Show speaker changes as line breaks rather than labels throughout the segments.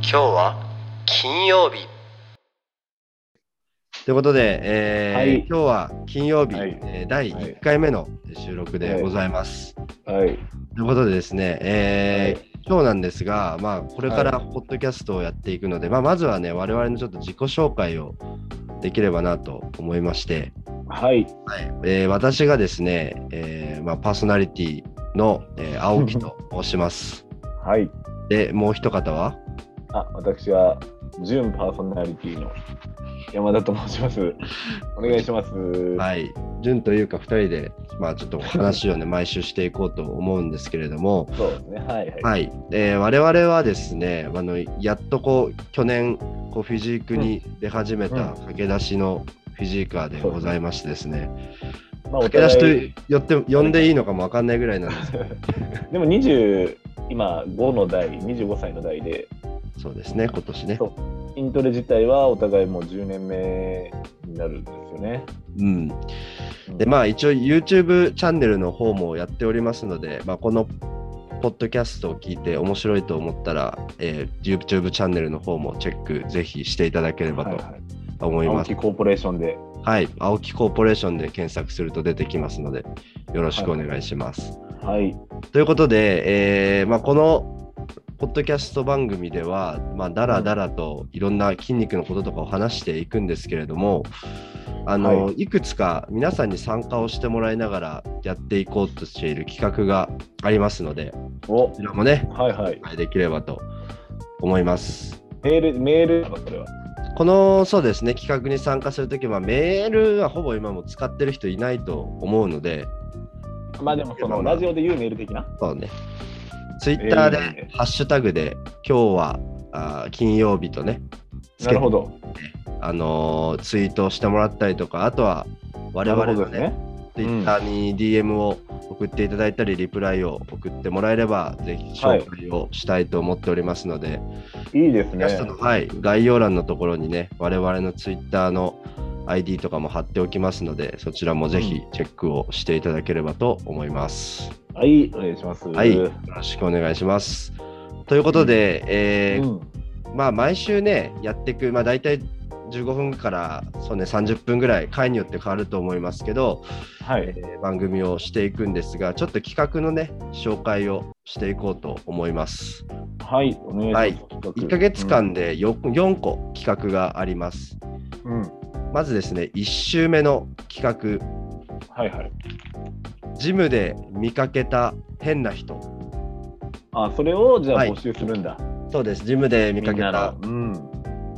今日は金曜日
ということで、えー
はい
今日は金曜日、
はい
えー第1回目の収録でございます。
はい。
ということでですね、えー
はい
今日なんですが、まあ、これからポッドキャストをやっていくので、まあ、まずはね、我々のちょっと自己紹介をできればなと思いまして、
はい。
えー私がですね、えーまあ、パーソナリティの、えー青木と申します。
はい。
で、もう一方は
あ、私は、準パーソナリティの山田と申します。お願いします。は
はい、潤というか2人で、まあ、ちょっとお話 をね毎週していこうと思うんですけれども、
い。そうですね。はいはい。
はいえー我々はですねあのやっとこう去年こうフィジークに出始め
う
た
ん
駆け出しのフィジーカーでございましてですね、
まあ、お
駆け
互い
出しとよって呼んでいいのかもわかんないぐらいなん ですけ
でも20、今、5の代、25歳の代で、
どそうですね今年ね
そ。イントレ自体はお互いもう10年目になるんですよね。
うん、
うん
でまあ一応 YouTube チャンネルの方もやっておりますので、まあ、このポッドキャストを聞いて面白いと思ったら、えー YouTube チャンネルの方もチェックぜひしていただければ
はい
と
はい
思い
青
ます。
木コーポレーションで。
はい、青木コーポレーションで検索すると出てきますのでよろしくお願いします。
はい。
ということで、えーまあ、このポッドキャスト番組では、まあ、だらだらといろんな筋肉のこととかを話していくんですけれどもあの、、
はい
くつか皆さんに参加をしてもらいながらやっていこうとしている企画がありますのでこ
お
ちらもね
はいはい。
できればと思います。
メール、メールはそれは。
このそうですね企画に参加するときはメールはほぼ今も使ってる人いないと思うので
まあでも、その、ラジオで言うメール的な。
そうね。ツイッター
えーいい
で
ね、
ハッシュタグで、今日はあー金曜日とね、つ
な
け
る
て
ほど。
あのーツイートしてもらったりとか、あとは我
な
々
るほ
の
どです
ね、
ね。
ツイッターに DM を送っていただいたり、リプライを送ってもらえれば、ぜひ紹介をしたいと思っておりますので、
いいですね
ゲ。ストの、はい、概要欄のところにね、我々のツイッターの ID とかも貼っておきますので、そちらもぜひチェックをしていただければと思います。
はい、お願いします。
はい、よろしくお願いします。ということで、えー
うん
まあ、毎週ね、やっていく、まあ、大体15分からそう、ね、30分ぐらい、回によって変わると思いますけど、
は
え
い、
ー番組をしていくんですが、ちょっと企画のね、紹介をしていこうと思います。
はい、お願いします。
1ヶ月間、で 4, 4個企画があります。
うん、うん
まずですね、1週目の企画、
はいはい。
ジムで見かけた変な人。
あ、それをじゃあ
はい
募集するんだ。
そうです、ジムで見
み
か
ん
け
な
た
のうん。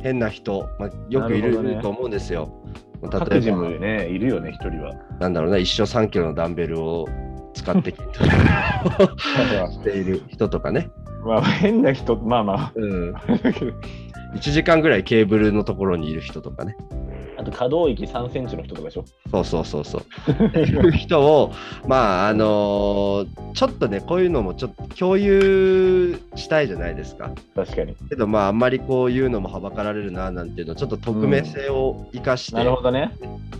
変な人、まあ、よくい
なる
る,、
ほどね
と思うんですよ。例
各
え
ジ
ば、
ムね、いるよね、一人は。
なんだろうな、一生3キロのダンベルを使って筋トレをしている人とかね、
まあ、変な人、まあ ま
うん、
あ。
1時間ぐらいケーブルのところにいる人とかね、
あと、可動域3センチの人とかでしょ。
そうそうそう そう、っていう人を、まあ、あのーちょっとね、こういうのもちょっと共有したいじゃないですか。
確かに。
けど、まあ、あんまりこういうのもはばかられるな、なんていうの、ちょっと匿名性を生かして、
なるほどね。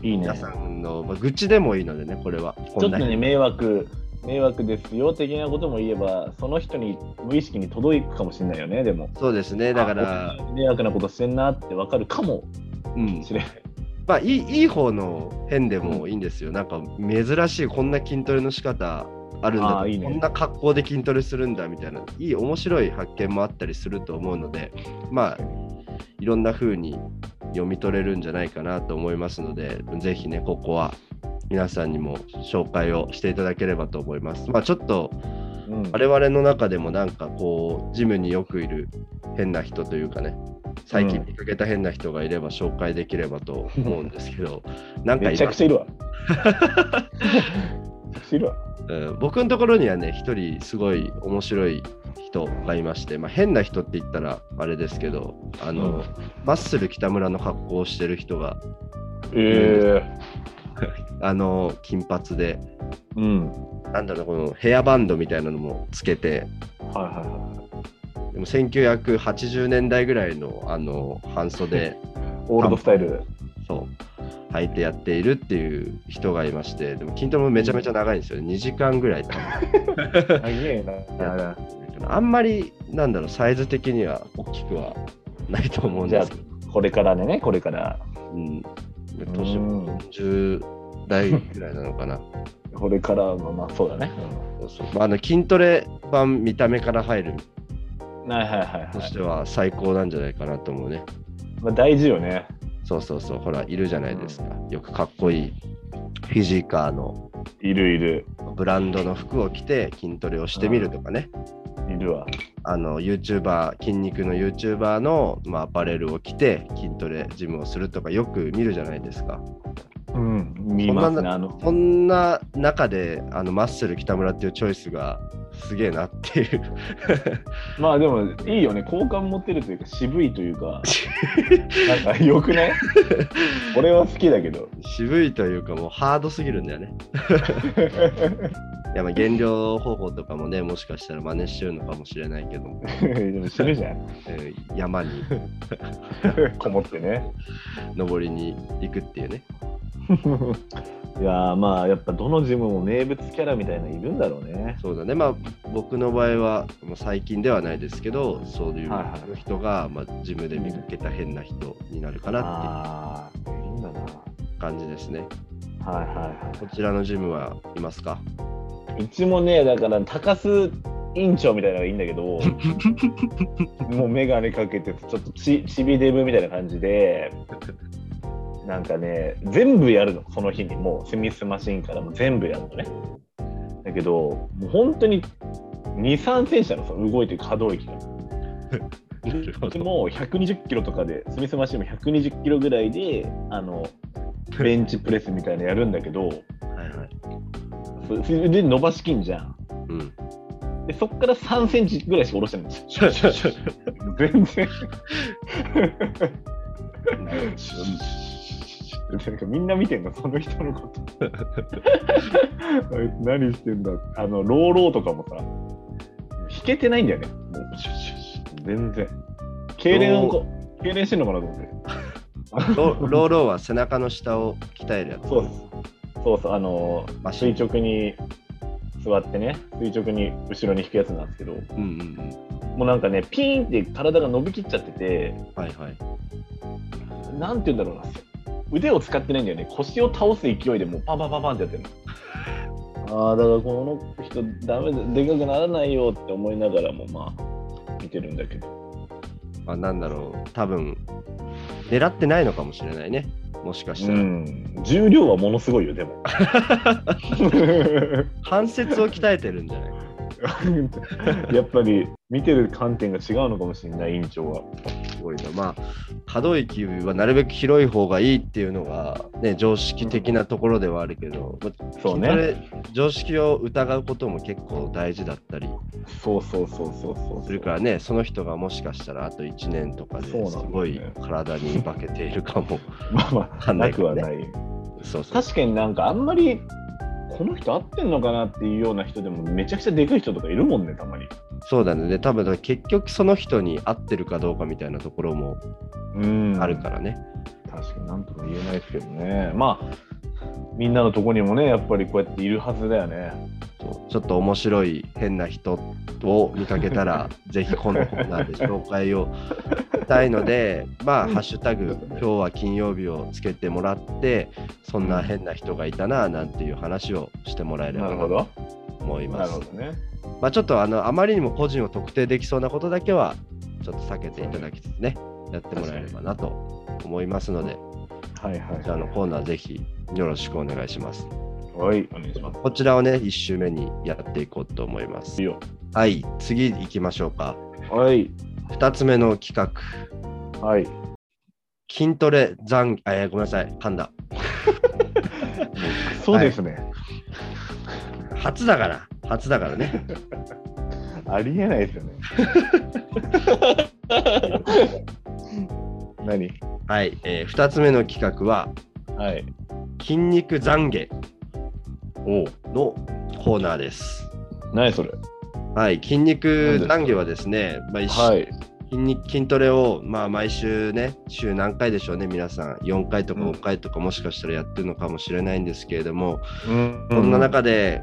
いいね。
皆
ち
さんの、まあ、愚痴でもいいのでね、これは。こ
ょ
ん
っと
な
ね、迷惑。迷惑ですよ的なことも言えば、その人に無意識に届くかもしれないよね、でも。
そうですね、だから、
あ、迷惑なことしてんなってわかるかも
うん、
しれない。
まあいいいい方の変でもいいんですよ、なんか珍しい、こんな筋トレの仕方あるんだと
あ
か
ーいいね
こんな格好で筋トレするんだみたいな、いい面白い発見もあったりすると思うので、まあ、いろんな風に読み取れるんじゃないかなと思いますので、ぜひね、ここは。皆さんにも紹介をしていただければと思います。まあちょっと
うん
我々の中でもなんかこうジムによくいる変な人というかね最近見かけた変な人がいれば紹介できればと思うんですけど、 なんか
めちゃ
今
くちゃいるわ。 めちゃくちゃいるわ。
うん僕のところにはね一人すごい面白い人がいまして、まあ、変な人って言ったらあれですけどあの、
うん
マッスル北村の格好をしてる人が
え
あの金髪で
えうん。はい
なんだろうこのヘアバンドみたいなのもつけて
はいはい。
でも1980年代ぐらいのあの半袖
オールドスタイ ル。
そう履いてやっているっていう人がいましてでも筋トレもめちゃめちゃ長いんですよね2時間ぐらい多分
あ、いえな。
かなあんまりなんだろうサイズ的には大きくはないと思うんですけど、
これからでね、これから。
うん、で年も40代くらいなのかな
これからの、まあそうだね。
そうそうまあ、あの筋トレ版見た目から入る
うんはいはいはい、
と
は
し
い
ては最高なんじゃないかなと思うね
まあ。大事よね。
そうそうそうほらいるじゃないですかよくかっこいいフィジカーの
いるいる。
ブランドの服を着て筋トレをしてみるとかね
いるわ。
あの YouTuber 筋肉の YouTuber の、まあ、アパレルを着て筋トレジムをするとかよく見るじゃないですか
うん。見ま
そ
す
ん
ね。
な
あの、
そんな中であのマッスル北村っていうチョイスがすげえなっていう
まあでもいいよね。好感持ってるというか、渋いという か、なんかよくね。俺は好きだけど。
渋いというかもうハードすぎるんだよね いやまあ減量方法とかもねもしかしたら真似してるのかもしれないけど、
でも死ぬじゃ ん。
えー山に
こもってね。
登りに行くっていうね
いやーまあやっぱどのジムも名物キャラみたいなのいるんだろうね。
そうだね、まあ、僕の場合は、まあ最近ではないですけど、そういう
はいはい
人が、まあ、ジムで見かけた変な人になるかなっ
ああ、いるんだな。
ていう感じですね。
はいは
こちらのジムはいますか
いはい。うちもね、だから高須院長みたいなのがいいんだけど、もう眼鏡かけて、ちょっとちちびデブみたいな感じで、なんかね、全部やるの、その日に。もうセミスマシンからもう全部やるのね。だけど、もう本当に2、3センチなの、その動いてる可動域が。
なるほ
僕
ど。
も120キロとかで、スミスマシンも120キロぐらいで、あの、ベンチプレスみたいなのやるんだけ
は
ど、
いはい。
そそれで伸ばしきんじゃん。
うん。
で、そっから3センチぐらいしか下ろしてないんですよ。全然。なんかみんな見てんの、その人のこと。 あいつ何してんだあの、ローローとかもさ、弾けてないんだよね。もうシュッシュッシュッ全然。痙攣をこ、痙攣してんのかなと思って。
ロローローは背中の下を鍛えるやつ。
そうです。そうそう、あのー
マシ
垂
ン。
直に座ってね、垂直に後ろに引くやつなんですけど、
うんうんうん。
もうなんかね、ピーンって体が伸びきっちゃってて、
はいはい。
なんて言うんだろうな、腕を使ってないんだよね、腰を倒す勢いでもうパンパンパンパンってやってるの。ああ、だからこの人、ダメだ、でかくならないよって思いながらも、まあ、見てるんだけど。
まあ、なんだろう、多分狙ってないのかもしれないね。もしかしたら。
ん、重量はものすごいよ、でも。
関節を鍛えてるんじゃない
やっぱり見てる観点が違うのかもしれない、委員長は。
すごいな。まあ、可動域はなるべく広い方がいいっていうのが、ね、常識的なところではあるけど、まあ
そうね
筋トレ常識を疑うことも結構大事だったり
そうそうそうそうそう。
するからね、その人がもしかしたらあと1年とかで
そうなん
す
だよね
ごい体に化けているか も。
まあまあ、なくはない。
そうそう。
確かになんかあんまり、この人合ってんのかなっていうような人でも、めちゃくちゃでかい人とかいるもんね、たまに。
そうだね。多分だから結局その人に合ってるかどうかみたいなところも
うん
あるからね。
確かになんとも言えないですけどね。まあ、みんなのとこにもね、やっぱりこうやっているはずだよね。
そうちょっと面白い変な人を見かけた らぜひこのコーナーで紹介をしたいのでまあ「ハッシュタグ今日は金曜日」をつけてもらってそんな変な人がいたななんていう話をしてもらえれば
な
な
るほ
と
ど。
思い
な
ま
る
す
ほ。どね。
まあ、ちょっとあのあまりにも個人を特定できそうなことだけはちょっと避けていただきつつねやってもらえればなと思いますので
はいはい。
じゃああのコーナーぜひよろしくお願いします。
はい、お願いします。
こちらをね1周目にやっていこうと思います
いい。よ。
はい、次行きましょうか。
はい。
2つ目の企画、
はい。
筋トレ残、えーごめんなさい、噛んだ。
そうですね。
初だから、初だからね。
ありえないですよ ね。何
はい、え2つ目の企画は、
はい。
筋肉懺
お
悔のコーナーです。
何それ
はい、筋肉懺悔はですね、まあ一
は
週
い。
筋肉筋トレを、まあ、毎週ね、週何回でしょうね、皆さん、4回とか
うん
5回とか、もしかしたらやってるのかもしれないんですけれども、
うん
そんな中で、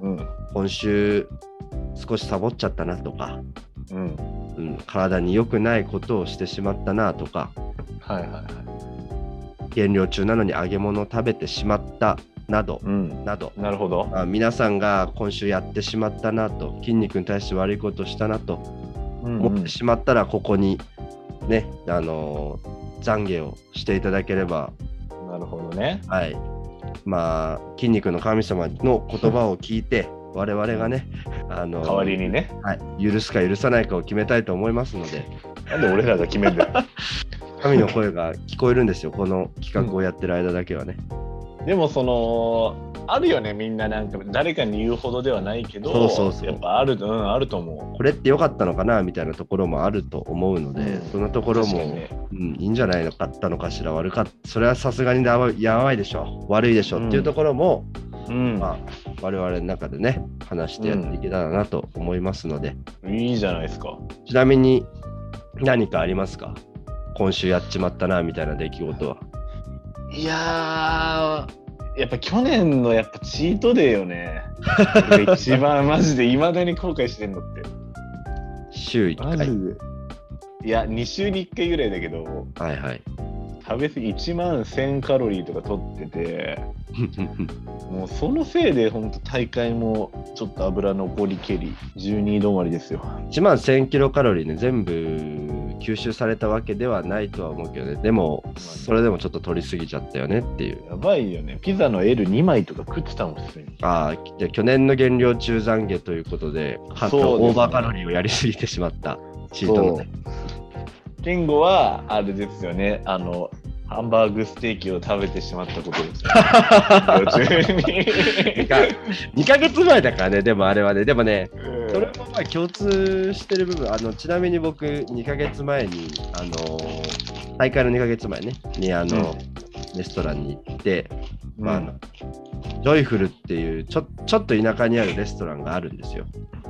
うん。
今週、少しサボっちゃったなとか、
うん。
うん、体に良くないことをしてしまったなとか
はいはいはい。
減量中なのに揚げ物を食べてしまったなど
うん。
など、
なるほど。
まあ、皆さんが今週やってしまったなと筋肉に対して悪いことをしたなと
うん
思ってしまったらここにね、あのー懺悔をしていただければ
なるほどね。
はいまあ筋肉の神様の言葉を聞いて我々がね、あのー
代わりにね。
はい、許すか許さないかを決めたいと思いますので
なんで俺らが決めるんだよ。
神の声が聞こえるんですよこの企画をやってる間だけはね、
でもそのあるよねみんななんか誰かに言うほどではないけど
そうそうそう
やっぱあるうんあると思
これって良かったのかなみたいなところもあると思うので、
うん
そんなと
う
ころも、
確かにね
うん、いいんじゃないのかったのかしら悪かったそれはさすがにやばいやばいでしょ悪いでしょ、っていうところも、
うん
まあ、我々の中でね話してやっていけたらなと思いますので、
いいじゃないですか
ちなみに何かありますか今週やっちまったなみたいな出来事は。
いやーやっぱ去年のやっぱチートデーよ ね俺が一番マジでいまだに後悔してんのって
週1回。
で、い、や2週に1回ぐらいだけど
はい はい。
食べ過ぎ1万1000カロリーとか取っててもうそのせいで本当大会もちょっと油残りけり12止まりですよ
1万1000キロカロリーね、全部吸収されたわけではないとは思うけどね、でも、それでもちょっと取りすぎちゃったよねっていう。
やばいよね。ピザの L2 枚とか食ってたもん、普通に。
ああ、じゃあ去年の減量中懺悔ということで、かつ
そうですね
オーバーカロリーをやりすぎてしまったチートのね。
ケンゴは、あれですよね。あの、ハンバーグステーキを食べてしまったことで すよ、ね。
2か2ヶ月前だからね、でもあれはね、でもね、
うん
それもまあ共通してる部分あのちなみに僕2ヶ月前にあのー大会の2ヶ月前ねにあの、レストランに行って、まああのジョイフルっていうちょちょっと田舎にあるレストランがあるんですよ。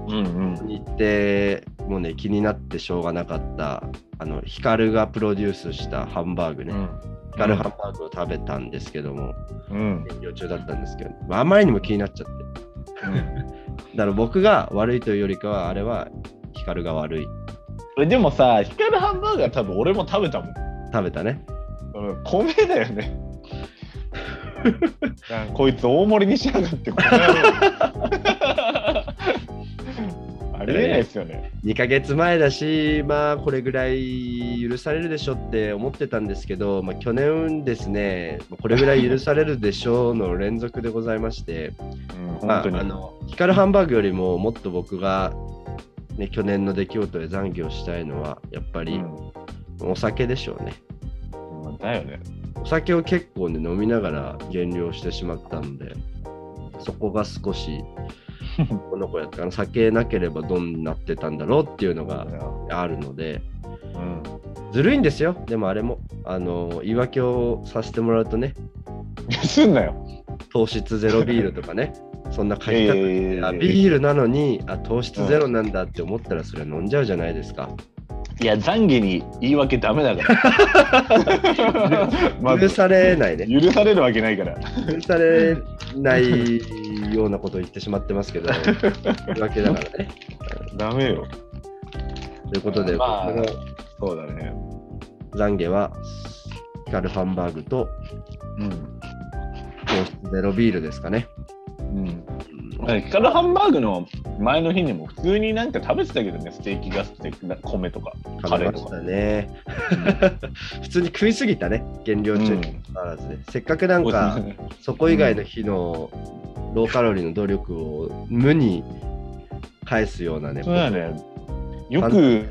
うんうん。
行ってもうね気になってしょうがなかったあのヒカルがプロデュースしたハンバーグね、
うん
ヒカルハンバーグを食べたんですけども
うん
営業中だったんですけど、まああまりにも気になっちゃって だから僕が悪いというよりかはあれはヒカルが悪い
うん、でもさ、ヒカルハンバーガー多分俺も食べたもん。
食べたね
うん、米だよね。なんかこいつ大盛りにしやがって、この野郎 ありえないですよね。
2ヶ月前だし、まあこれぐらい許されるでしょって思ってたんですけど、まあ、去年ですね、これぐらい許されるでしょうの連続でございまして、
うん、
ま
本
あ、
当に。
あの光ハンバーグよりももっと僕が、ね、去年の出来事で懺悔をしたいのは、やっぱりお酒でしょうね。
うんだよね。
お酒を結構ね、飲みながら減量してしまったので、そこが少し、この子やったかな、酒なければどうなってたんだろうっていうのがあるので、
うん、
ずるいんですよ、でもあれも。あの言い訳をさせてもらうとね、
すんなよ。
糖質ゼロビールとかね、そんな書
い
き
や
方
いやいやい
で、
や
あビールなのにあ糖質ゼロなんだって思ったら、それは飲んじゃうじゃないですか。
いや、懺悔に言い訳ダメだ から。まず
許されないね、
許されるわけないから。
許されないようなことを言ってしまってます けど、言い訳だからね。
ダメよ。
ということで、
まあ
この
そうだね。
懺悔は、ヒカルハンバーグと
うん。
糖質ゼロビールですかね。
うん
うん
だから、ヒカルハンバーグの前の日にも普通になんか食べてたけどね、ステーキガステーキ、米とか。カ
食べ
レ
ま
ーと
し
か
たね。 普通に食いすぎたね、減量中に関わらずね。せっかくなんか、そこ以外の日のローカロリーの努力を無に返すようなね、
そうだね。よく、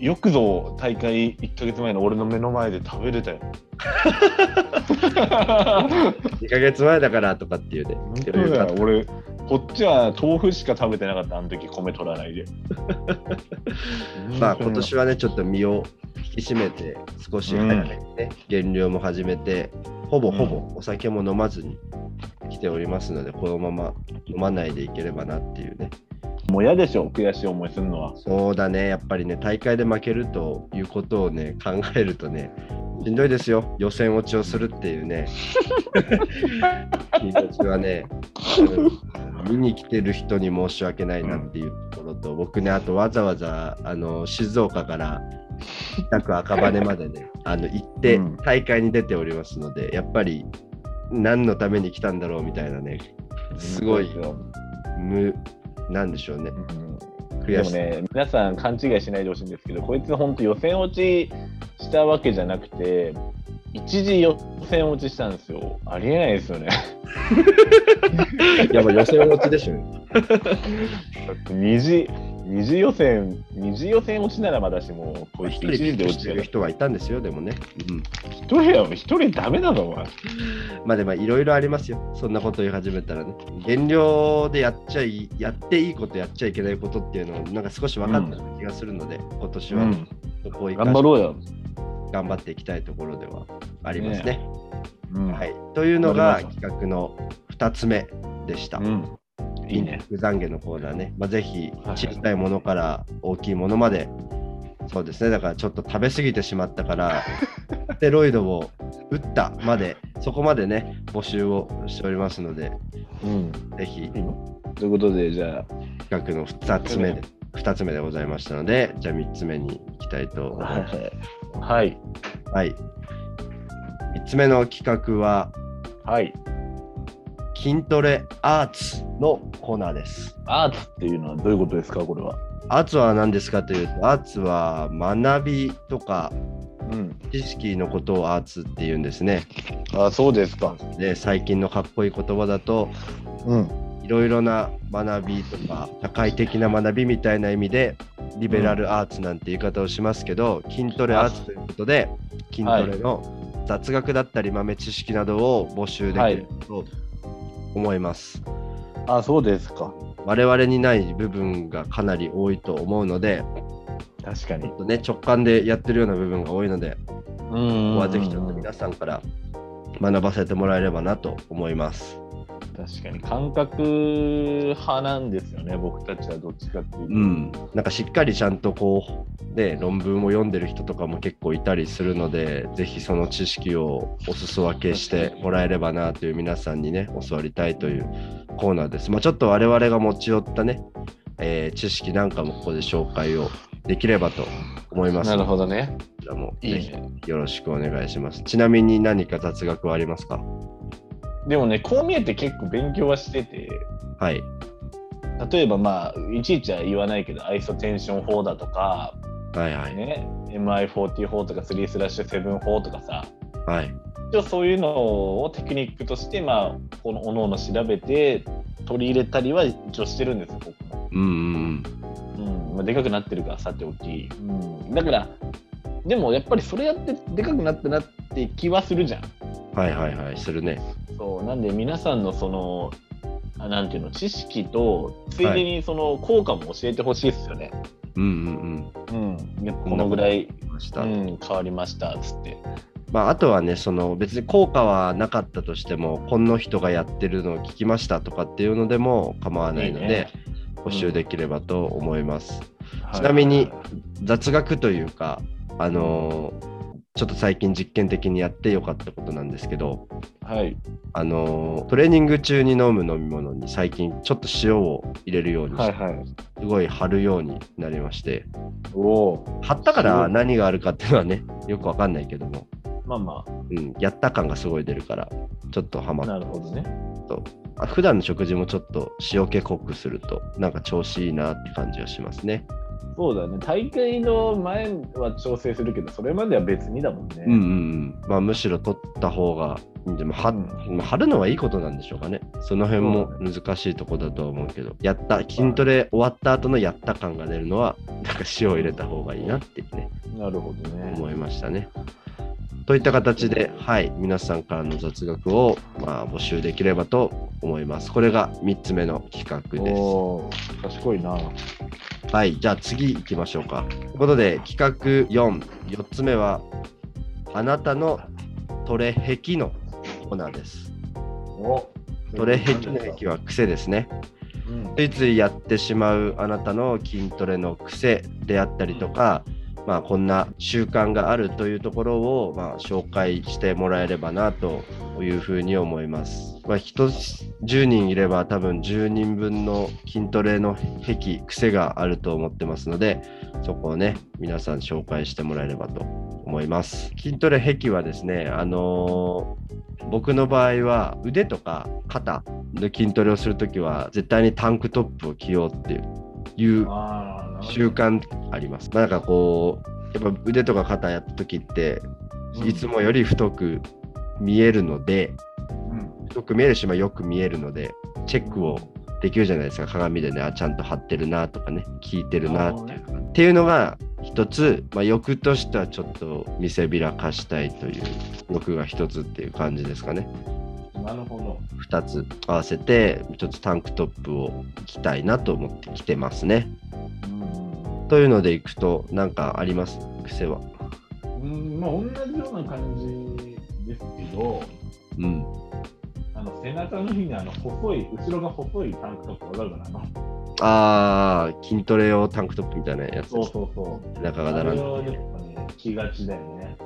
よくぞ大会1ヶ月前の俺の目の前で食べれたよ。
2ヶ月前だからとかっていうね。
本当だよ俺こっちは豆腐しか食べてなかったあの時米取らないで
まあ今年はね、ちょっと身を引き締めて、少し早めにね、減量も始めて、ほぼほぼお酒も飲まずに来ておりますので、このまま飲まないでいければなっていうね。
もう嫌でしょ悔しい思いするのは
そうだね、やっぱりね、大会で負けるということをね、考えるとね、しんどいですよ、予選 落ちをするっていうね、気持ちはね、うん見に来てる人に申し訳ないなっていうところと、僕ね、あとわざわざあの静岡から北区赤羽までね、あの行って
うん
大会に出ておりますので、やっぱり何のために来たんだろうみたいなね、すごい
そうですよ
無、なんでしょうね、
うん
悔
でも
しい。
ね、皆さん勘違いしないでほしいんですけど、こいつ本当予選落ちしたわけじゃなくて、一時予選落ちしたんですよ。ありえないですよね。
やっぱ予選落ちでしょ、ね。
だって二次、二次予選、二次予選落ちならまだしも、こい
一人
つ一時で落
落ち
ち
て
て
る
る。
人はいたんですよ、でもね。うん、
一人やも一人ダメなのお前。
まあでもいろいろありますよ、そんなこと言い始めたらね。減量でやっちゃい、やっていいこと、やっちゃいけないことっていうのを、なんか少し分かったような気がするので、今年はそこを生か
頑
し
張ろうよ。
頑張っていきたいところではありますね。
うん
はい、というのが
頑張りましょう
企画の2つ目でした。
うん。いいね。。
懺悔のコーナーね。まあ、ぜひ
はい
小さいものから大きいものまで、そうですね、だからちょっと食べ過ぎてしまった から、ステロイドを打ったまで、そこまでね、募集をしておりますので、
うん。
ぜひ
ということで、じゃあ、
企画の2つ目で。2つ目でございましたので、じゃあ3つ目に行きたいと思います。
はい。
はい。3つ目の企画は、
はい。
筋トレアーツのコーナーです。
アーツっていうのはどういうことですか、これは。
アーツは何ですかというと、アーツは学びとか
うん。
知識のことをアーツっていうんですね。
あ、そうですか。
で、最近のかっこいい言葉だと、
うん。
いろいろな学びとか、社会的な学びみたいな意味で、リベラルアーツなんて言い方をしますけど、筋トレアーツということで、筋トレの雑学だったり豆知識などを募集できると思います。
あ、そうですか。
我々にない部分がかなり多いと思うので、
確かに。
ね、直感でやってるような部分が多いので、
うん
ここはぜひちょっと皆さんから学ばせてもらえればなと思います。
確かに感覚派なんですよね、僕たちはどっちかっていうと。
うん、なんかしっかりちゃんとこう、ね、論文を読んでる人とかも結構いたりするので、ぜひその知識をお裾分けしてもらえればなという皆さんにね、教わりたいというコーナーです。まあ、ちょっと我々が持ち寄ったね、えー知識なんかもここで紹介をできればと思います。
なるほどね。
こちらも
いい
ぜひ
ね。
よろしくお願いします。ちなみに何か雑学はありますか
でもね、こう見えて結構勉強はしてて、
はい。
例えばまあ、いちいちは言わないけど、アイソテンション法だとか、
はいはい。
ね、MI40 法とか3スラッシュ7法とかさ、
はい。
一応そういうのをテクニックとして、まあ、このおのおの調べて取り入れたりは一応してるんですよ、僕も。
うんうん
うんまあ、でかくなってるからさておき、うん、だからでもやっぱりそれやってでかくなったなって気はするじゃん
うん。はいはいはい。するね。
そうなんで皆さんのそのあなんていうの知識とついでにその効果も教えてほしいですよね、
うんうん
うんやっぱこのぐらい、
うん。まし
う
た。
ん、変わりましたっつって
まああとはね、その別に効果はなかったとしても、この人がやってるのを聞きましたとかっていうのでも構わないので、
いいね
募集できればと思います。
はい
ちなみに雑学というか、あのーちょっと最近実験的にやってよかったことなんですけど、
はい
あのートレーニング中に飲む飲み物に最近ちょっと塩を入れるようにして、
はいはい
すごい張るようになりまして
おお
張ったか
すご
ら
い
何があるかっていうのはねよくわかんないけども、
まあま
うん、やった感がすごい出るからちょっとハマ
あ
っ
な
た
るほどね
あ普段の食事もちょっと塩気濃くするとなんか調子いいなって感じがしますね
そうだね大会の前は調整するけどそれまでは別にだもんね、
うんうんうんまあむしろ取った方がいいんでもは
う
張るのはいいことなんでしょうかねその辺も難しいとこだとは思うけどやった筋トレ終わった後のやった感が出るのはなんか塩を入れた方がいいなってね
なるほどね
思いましたねといった形ではい皆さんからの雑学をまあ募集できればと思いますこれが3つ目の企画です
おー賢いな。
はい、じゃあ次行きましょうか。ということで、企画4、4つ目は、あなたのトレヘキのコーナーです。
お
トレヘキのヘキは癖ですね。
うん
ついついやってしまうあなたの筋トレの癖であったりとか、まあ、こんな習慣があるというところを、まあ、紹介してもらえればなというふうに思います。まあ、人10人いれば多分10人分の筋トレの癖、癖があると思ってますので、そこをね、皆さん紹介してもらえればと思います。筋トレ癖はですね、あのー僕の場合は腕とか肩で筋トレをするときは絶対にタンクトップを着ようっていういう
ああ
習慣あります。なんかこう、やっぱ腕とか肩やった時って、いつもより太く見えるので、太く見えるし、まあ、よく見えるので、チェックをできるじゃないですか、鏡でね、あちゃんと張ってるなとかね、効いてるなっていう,、っていうのが一つ、まあ、欲としてはちょっと見せびらかしたいという欲が一つっていう感じですかね。
なるほど。
二つ合わせて、一つタンクトップを着たいなと思って着てますね。というのでいくと、なんかあります癖は。
うん、まあ、同じような感じですけど、
うん。
あの背中の日にあの細い、後ろが細いタンクトップわかるかなあの
ああ、筋トレ用タンクトップみたいなやつ
そうそうそう。
背中が
あ
並ん
れ
で
はやっぱね、気がちだよね。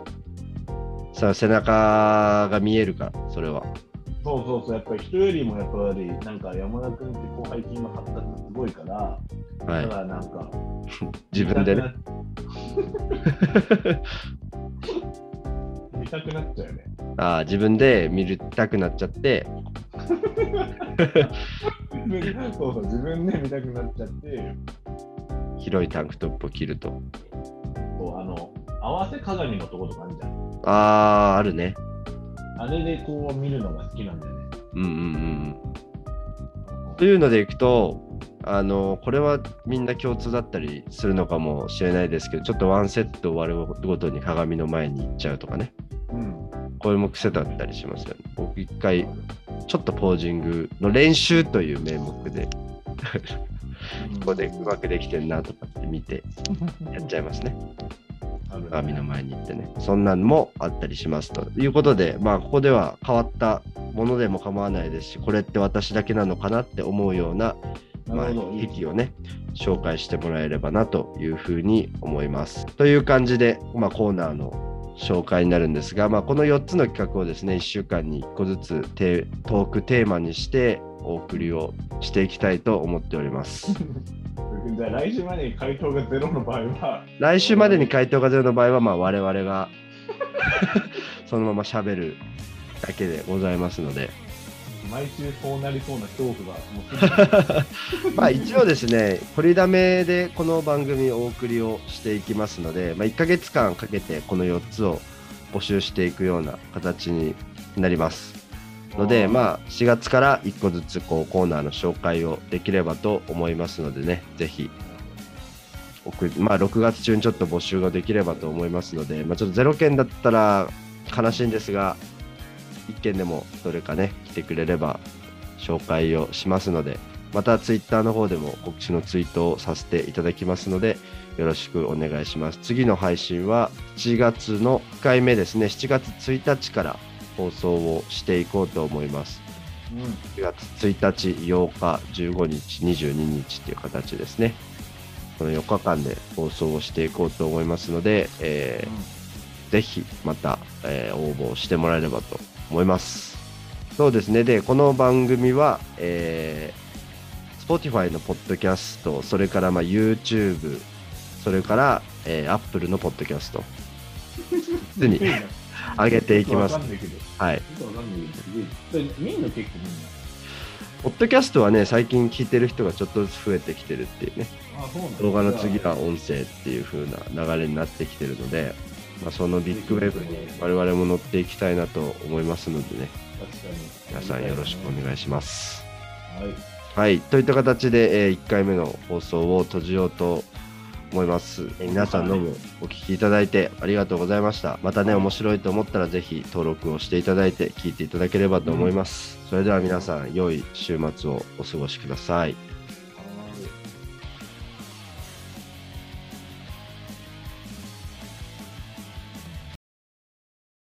さあ背中が見えるからそれは
そうそうそう、やっぱり人よりもやっぱり、なんか山田君って後背筋の発達すごいから、
は
だ
い
からなんか、
自分でね
見たくなっちゃうよね。
あー自分で見たくなっちゃって
自分そうそう、自分で見たくなっちゃって、
広いタンクトップを着ると
こうあの合わせ鏡のとことかあるじゃん。
あああるね
あれでこう見るのが好きなんだよね。
うんうんうんうんというのでいくとあのこれはみんな共通だったりするのかもしれないですけどちょっとワンセット終わるごとに鏡の前に行っちゃうとかね
うん。
これも癖だったりしますよね僕一回ちょっとポージングの練習という名目でここでうまくできてんなとかって見てやっちゃいますね。
ある
鏡の前に行ってね。そんなんもあったりしますということで、まあ、ここでは変わったものでも構わないですし、これって私だけなのかなって思うような、ま
な
あ、
るほど。いい
劇をね、紹介してもらえればなというふうに思います。という感じで、まあ、コーナーの紹介になるんですが、まあ、この4つの企画をですね、1週間に1個ずつテートークテーマにして、お送りをしていきたいと思っております。
じゃあ来週までに回答がゼロの場合は、
来週までに回答がゼロの場合は、まあ、我々が そのまま喋るだけでございますので、
毎週そうなりそうな恐怖がもうすぐ
まあ、一応ですね、取りだめでこの番組お送りをしていきますので、まあ、1ヶ月間かけてこの4つを募集していくような形になります。ので、まあ、4月から1個ずつこうコーナーの紹介をできればと思いますのでね、ぜひ送りまあ、6月中にちょっと募集ができればと思いますので、まあ、ちょっと0件だったら悲しいんですが、1件でもどれかね、来てくれれば紹介をしますので、またツイッターの方でも告知のツイートをさせていただきますので、よろしくお願いします。次の配信は7月の1回目ですね、7月1日から放送をしていこうと思います。7月1日、8日、15日、22日という形ですね。この4日間で放送をしていこうと思いますので、えーぜひまた、えー応募してもらえればと思います。そうですね。で、この番組は、えー Spotify のポッドキャスト、それからまあ YouTube、それから、えー Apple のポッドキャスト、常に上げていきます
わか。んないけど。
はい。
ちょっとわかんないけどすげえ。それ見んの結構みん
ポッドキャストはね、最近聞いてる人がちょっとずつ増えてきてるっていうね、
な。あ、そうなんだ
動画の次は音声っていう風な流れになってきてるので、まあ、そのビッグウェブに我々も乗っていきたいなと思いますのでね、
確かに。
皆さんよろしくお願いします。
はい。
はい、といった形で、え1回目の放送を閉じようと思います。えー皆さんどうもお聞きいただいてありがとうございました。またね、面白いと思ったらぜひ登録をしていただいて聞いていただければと思います。それでは皆さん、良い週末をお過ごしください。